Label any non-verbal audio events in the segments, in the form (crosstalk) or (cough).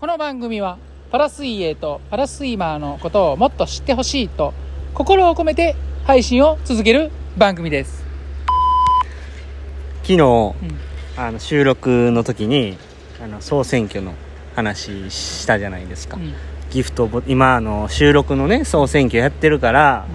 この番組はパラ水泳とパラスイマーのことをもっと知ってほしいと心を込めて配信を続ける番組です、昨日うん、あの収録の時にあの総選挙の話したじゃないですか、うんギフトボ今あの収録のね総選挙やってるから、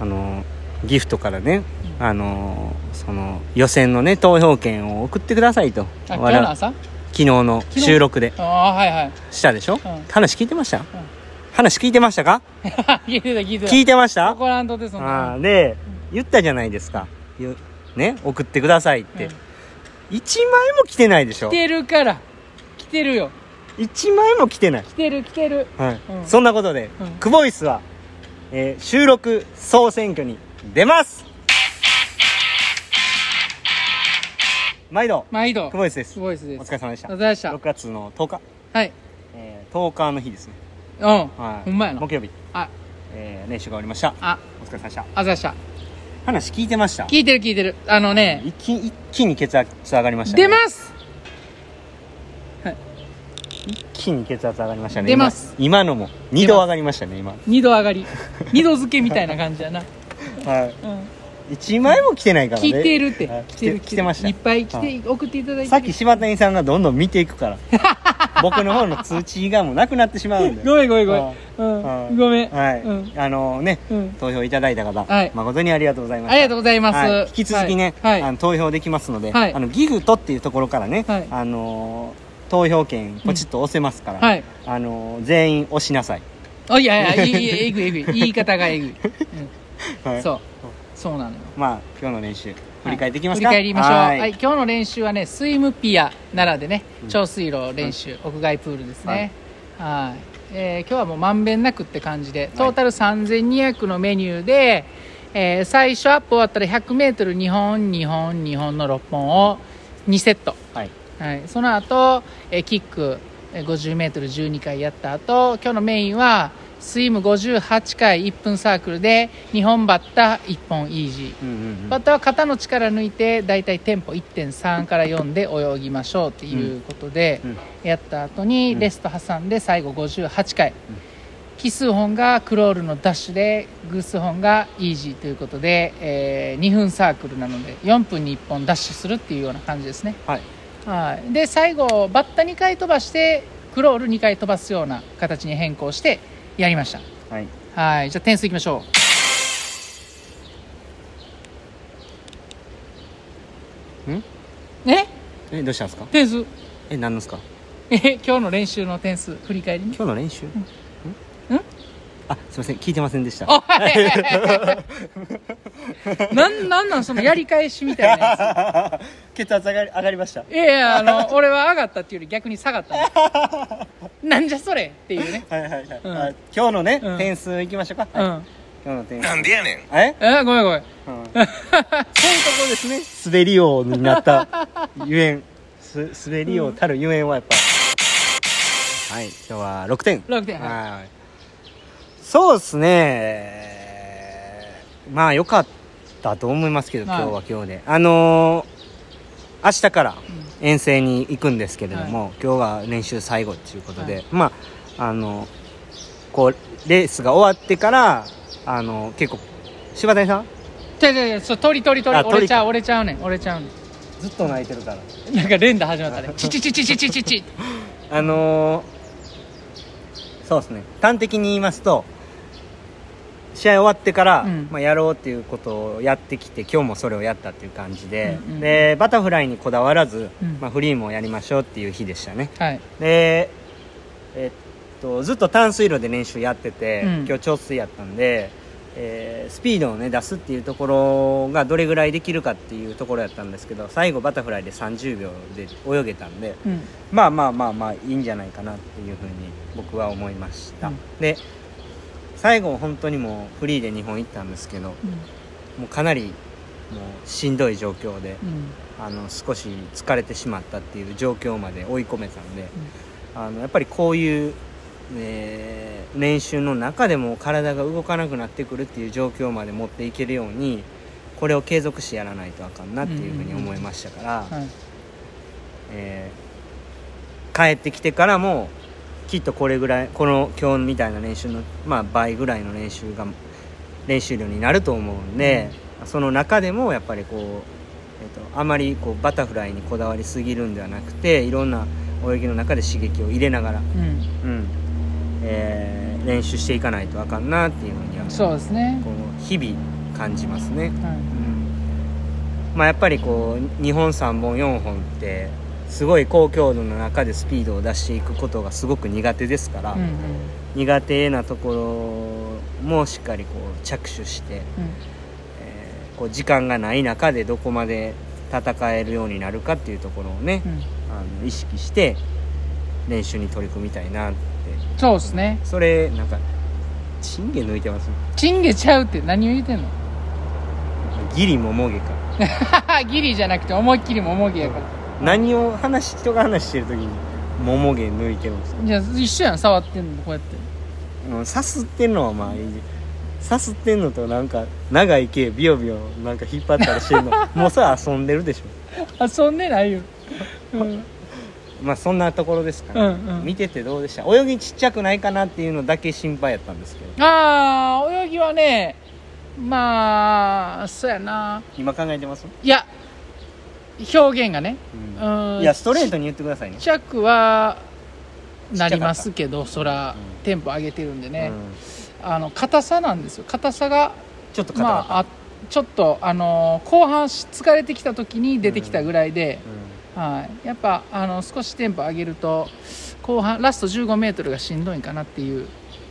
あのギフトからね、うんあのその予選のね投票券を送ってくださいとあ今我日々の朝昨日の日収録でああはいはいしたでしょ、話聞いてました、話聞いてましたか聞いてた聞いてた聞いてましたここなんとですあーで言ったじゃないですかゆね送ってくださいって、一1枚も来てないでしょ来てるから来てるよ1枚も来てない来てる来てるはい、うんそんなことで、うんクボイスは、えー収録総選挙に出ます毎度毎度クボイスですすごいですお疲れ様でしたお疲れ様でした6月の10日、はいえー10日の日ですね、うん、はい、ほんまやな木曜日、あえー練習が終わりましたあお疲れ様でしたあざでした話聞いてました聞いてる聞いてるあのね一気一気に血圧上がりましたね出ます一気に血圧上がりましたね出ます今今のも2度上がりましたね今二度上がり二度漬けみたいな感じやな、はいうん、 1枚も来てないからね聞いてるってはい来来ててる来てましたいっぱい来はて送っていただいてさっき柴谷さんがどんどん見ていくから (laughs) 僕の方の通知がもうなくなってしまうんでごめんごめんごめはんい、うん、ごめん、はい、うんあのねうん、投票いただいた方、はい誠にありがとうございましたありがとうございます、はい引き続きね、はい、はあいの投票できますので、はいあのギフトっていうところからね、はいあのー投票券ポチッと押せますから、はいあのー全員押しなさい、あいやいやいいいいえぐいえぐ (laughs) い言い方がえぐい、うはん、いそうそうなのよまあ今日の練習振り返っていきますか、はい振り返りましょうははいい、今日の練習はねスイムピア奈良でねうん長水路練習、屋外プールですねはいえー今日はもうまんべんなくって感じでトータル3200のメニューで、えー最初アップ終わったら 100m2 本2本2本の6本を2セットはいはい、その後、えーキック 50m12 回やった後今日のメインはスイム58回1分サークルで2本バッター1本イージーうんうんうんバッターは肩の力抜いてだいたいテンポ1.3から4で泳ぎましょうっていうことでうんうんやった後にうんレスト挟んで最後58回奇数本がクロールのダッシュで偶数本がイージーということで、え2分サークルなので4分に1本ダッシュするっていうような感じですね。はいはい、で最後バッタ2回飛ばしてクロール2回飛ばすような形に変更してやりましたはいはいじゃあ点数いきましょんうええどうしたんですか点数 (laughs) え何なんですかえ今日の練習の点数振り返りね今日の練習、んんあすいません聞いてませんでした (laughs) おい (laughs) なんなんなんそのやり返しみたいなやつ (laughs) (laughs) 血圧上がり上がりましたいやいやあの俺は上がったっていうより逆に下がったの (laughs) なんじゃそれっていうねはいはいはい、うんあ今日のね、うん点数いきましょうか、うはいん今日の点数なんでやねんえ、えごめんごめんうん、そういうとこですね滑り王になったゆえんす滑り王たるゆえんはやっぱ、はい今日は6点6点はいはいそうですねまあ良かったと思いますけど、はい今日は今日であのー明日から遠征に行くんですけれども、今日は練習最後っていうことで、はいまああのこうレースが終わってからあの結構柴谷さんじゃじゃじゃそう鳥鳥鳥あ折れちゃ鳥う折れちゃうねん折れちゃうねずっと泣いてるからんなんか連打始まったねチチチチチチチチあのーそうですね端的に言いますと試合終わってから、うんまあ、やろうっていうことをやってきて今日もそれをやったっていう感じで、うんうんでバタフライにこだわらず、うんまあ、フリーもやりましょうっていう日でしたねはいでえっとずっと短水路で練習やってて、うん今日長水やったんで、えースピードを、ね、出すっていうところがどれぐらいできるかっていうところやったんですけど最後バタフライで30秒で泳げたんでうんまあまあまあまあいいんじゃないかなっていうふうに僕は思いました、うんで最後本当にもうフリーで日本行ったんですけどもうかなりもうしんどい状況でうんあの少し疲れてしまったっていう状況まで追い込めたんで、あのやっぱりこういう、えー練習の中でも体が動かなくなってくるっていう状況まで持っていけるようにこれを継続してやらないとあかんなっていうふうに思いましたから、はいえ帰ってきてからもきっとこれぐらいこの今日みたいな練習の、まあ、倍ぐらいの練習が練習量になると思うんで、その中でもやっぱりこう、えっとあまりこうバタフライにこだわりすぎるんではなくていろんな泳ぎの中で刺激を入れながら、うん、うんえー練習していかないとあかんなっていうふうにはそうですねこ、う日々感じますはね。いまあ、やっぱりこう2本3本4本ってすごい高強度の中でスピードを出していくことがすごく苦手ですから、うんうん苦手なところもしっかりこう着手して、えーこう時間がない中でどこまで戦えるようになるかっていうところをねう、んうんあの意識して練習に取り組みたいなってそうですねそれなんかチンゲ抜いてますチンゲちゃうって何を言うてんの (laughs) ギリももげかギリじゃなくて思いっきりももぎやから何を話人が話してる時にももげ抜いてますじゃあ一緒やん触ってんのこうやってうんさすってんのはまあいいさすってんのとなんか長い毛ビヨビヨなんか引っ張ったりし (laughs) てんのもうそれ遊んでるでしょ遊んでないよ、うん、まあそんなところですかね、うんうん見ててどうでした泳ぎちっちゃくないかなっていうのだけ心配やったんですけどああ泳ぎはねまあそうやな今考えてます、いや表現がねうんうんいやストレートに言ってくださいねちっちゃくはちっちゃかなったりますけどそら、うんテンポ上げてるんでねう、んあの硬さなんですよ硬さがちょっと硬まかった、ああちょっとあのー後半疲れてきた時に出てきたぐらいで、はい、やっぱあの少しテンポ上げると後半ラスト1 5ルがしんどいかなっていう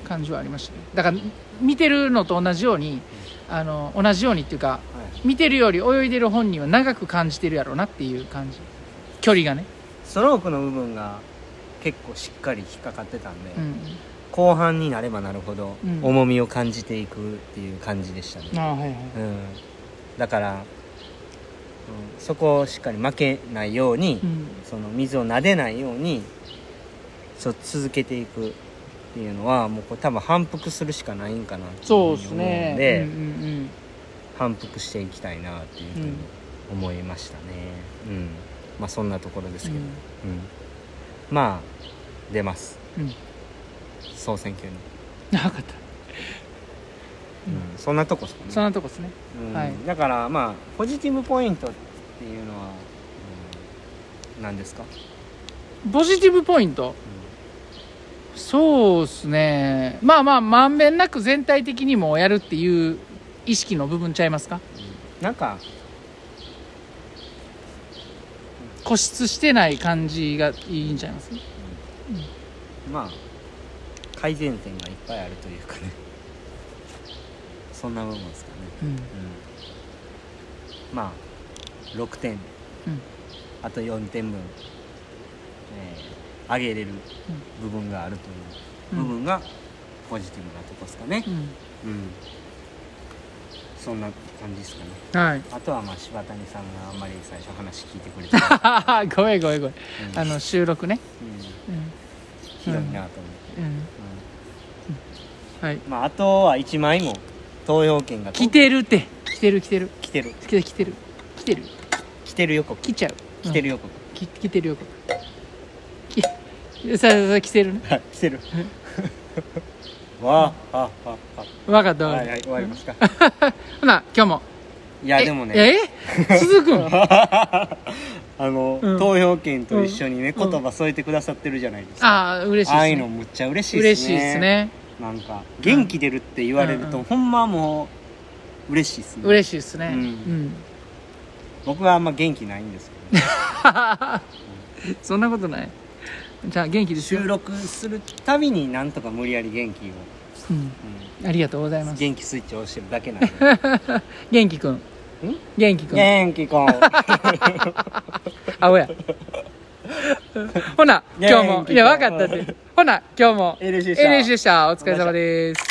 感じはありましたねだから見てるのと同じようにあの同じようにっていうかうんはい見てるより泳いでる本人は長く感じてるやろうなっていう感じ距離がね、ストロークの部分が結構しっかり引っかかってたんで、うん、後半になればなるほどうん重みを感じていくっていう感じでしたね、ああはいはいうん、だから、うん、そこをしっかり負けないように、うんその水を撫でないようにそう続けていくっていうのはもうこれ多分反復するしかないんかなっていそうでふすうに思うねんで、うんうん反復していきたいなっていうふうに思いましたね、うんまあそんなところですけど、うんまあ出ますうんうん総選挙に、なかったうんそんなとこですかねそんなとこですねうんはいだからまあポジティブポイントっていうのは、うん、何ですか、ポジティブポイントそうですねまあまあまんべんなく全体的にもやるっていう意識の部分ちゃいますかなんか固執してない感じがいいんちゃいますまあ改善点がいっぱいあるというかね (laughs) そんな部分ですかね、うんうん、まあ6点、うんあと4点分、えー上げれる部分があるという部分がポジティブなとこですかね、うん、そんな感じですかねはいあとはまあ柴谷さんがあんまり最初話聞いてくれてな (laughs) い、ごめんごめんごめんう (laughs) んあの収録ねうんうんひどいなと思って、うんはいうんまああとは1枚も東洋券が来てるって来てる来てる来てる来てる来てる来てる来てる予告来ちゃう来てるよ予告、来来てるよこれきさあさあ来てるねはい (laughs) 来てるわああああ分かったあ分かはいっはい終わりますかたほな今日もいやえでもねえ続くん (laughs) あの、うん東洋券と一緒にね、うん言葉添えてくださってるじゃないですか、ああ嬉しいでああいすうのねむっちゃ嬉しいで嬉すしねいですねなんか元気出るって言われるうんうとんほんまもう嬉しいですね嬉しいですねううんん僕はあんま元気ないんですけ (laughs) どそんなことないじゃあ元気でしょ収録するたびになんとか無理やり元気を、うんありがとうございうんます元気スイッチを押してるだけなん (laughs) で元気くん元気くん元 (laughs) 気こん青やほな今日元気もくいんや分かったってほな今日も嬉しいでした NH でしたお疲れ様です